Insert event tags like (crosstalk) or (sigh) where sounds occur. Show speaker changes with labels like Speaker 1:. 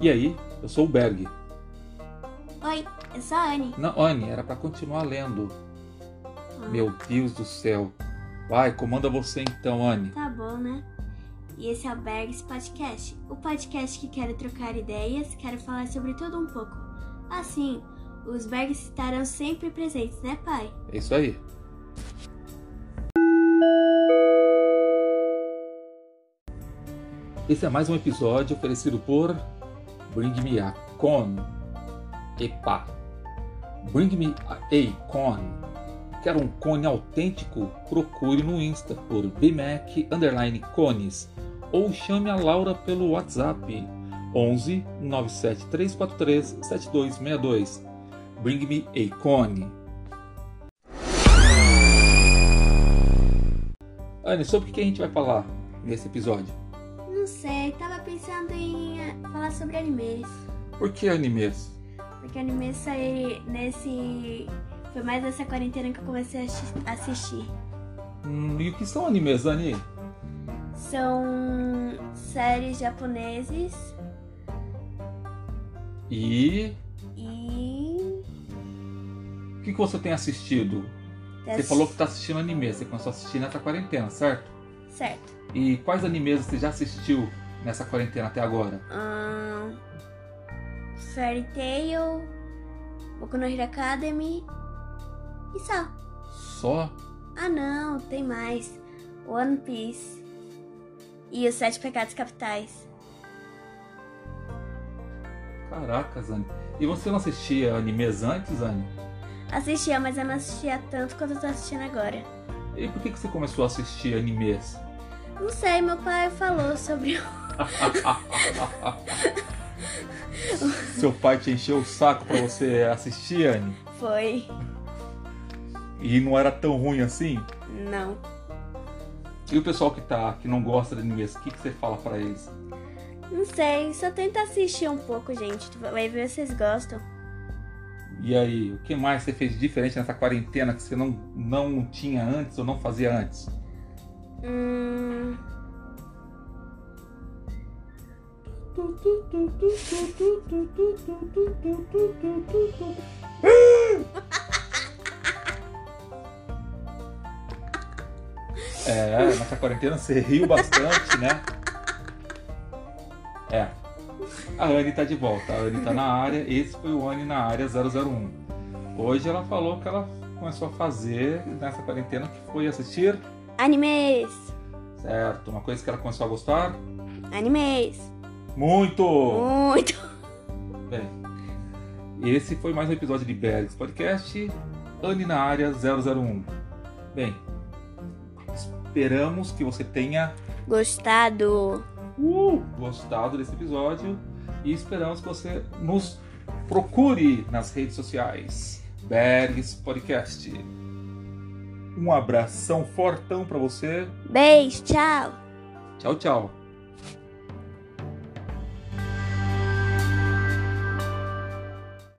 Speaker 1: E aí, eu sou o Berg.
Speaker 2: Oi, eu sou a Anne.
Speaker 1: Não, Anne, era pra continuar lendo. Meu Deus do céu. Vai, comanda você então, Anne.
Speaker 2: Tá bom, né? E esse é o Bergs Podcast, o podcast que quero trocar ideias, quero falar sobre tudo um pouco. Assim, os Bergs estarão sempre presentes, né, pai?
Speaker 1: É isso aí. Esse é mais um episódio oferecido por Bring Me a Con. Epa! Bring Me a a Con. Quer um cone autêntico? Procure no Insta por bmac underline cones ou chame a Laura pelo WhatsApp 11 97343 7262. Bring Me a Cone. Anne, sobre o que a gente vai falar nesse episódio?
Speaker 2: Não sei, tava pensando em eh, falar sobre animes.
Speaker 1: Por que animes?
Speaker 2: Porque anime saí nesse. Foi mais essa quarentena que eu comecei a assi- assistir.
Speaker 1: Hum, e o que são animes, Anne?
Speaker 2: São séries japoneses
Speaker 1: E
Speaker 2: e.
Speaker 1: o que que você tem assistido? Você falou que está assistindo anime, você começou a assistir nessa quarentena, certo?
Speaker 2: Certo.
Speaker 1: E quais animes você já assistiu nessa quarentena até agora?
Speaker 2: Ahn, Fairy Tail, Boku no Hero Academy e só.
Speaker 1: Só?
Speaker 2: Ah não, tem mais. One Piece e os Sete Pecados Capitais.
Speaker 1: Caracas, Anne. E você não assistia animes antes, Anne?
Speaker 2: Assistia, mas eu não assistia tanto quanto eu tô assistindo agora.
Speaker 1: E por que que você começou a assistir animes?
Speaker 2: Não sei, meu pai falou sobre.
Speaker 1: Seu pai te encheu o saco pra você assistir, Anne?
Speaker 2: (laughs) Foi.
Speaker 1: E não era tão ruim assim?
Speaker 2: Não.
Speaker 1: E o pessoal que tá, que não gosta de animes, o que, que você fala pra eles?
Speaker 2: Não sei, só tenta assistir um pouco, gente. Vai ver se vocês gostam.
Speaker 1: E aí, o que mais você fez diferente nessa quarentena que você não, não tinha antes ou não fazia antes?
Speaker 2: Hum.
Speaker 1: É, nessa quarentena você riu bastante, né? É. A Anne tá de volta, a Anne tá na área, esse foi o Anne na área 001. Hoje ela falou que ela começou a fazer nessa quarentena que foi assistir,
Speaker 2: Animes!
Speaker 1: certo? Uma coisa que ela começou a gostar
Speaker 2: Animes!
Speaker 1: muito!
Speaker 2: Muito!
Speaker 1: Bem, esse foi mais um episódio de Bergs Podcast, Anne na área 001. Bem, esperamos que você tenha
Speaker 2: Gostado!
Speaker 1: uh, gostado desse episódio e esperamos que você nos procure nas redes sociais. Bergs Podcast. Um abração fortão para você.
Speaker 2: Beijo, tchau!
Speaker 1: Tchau, tchau.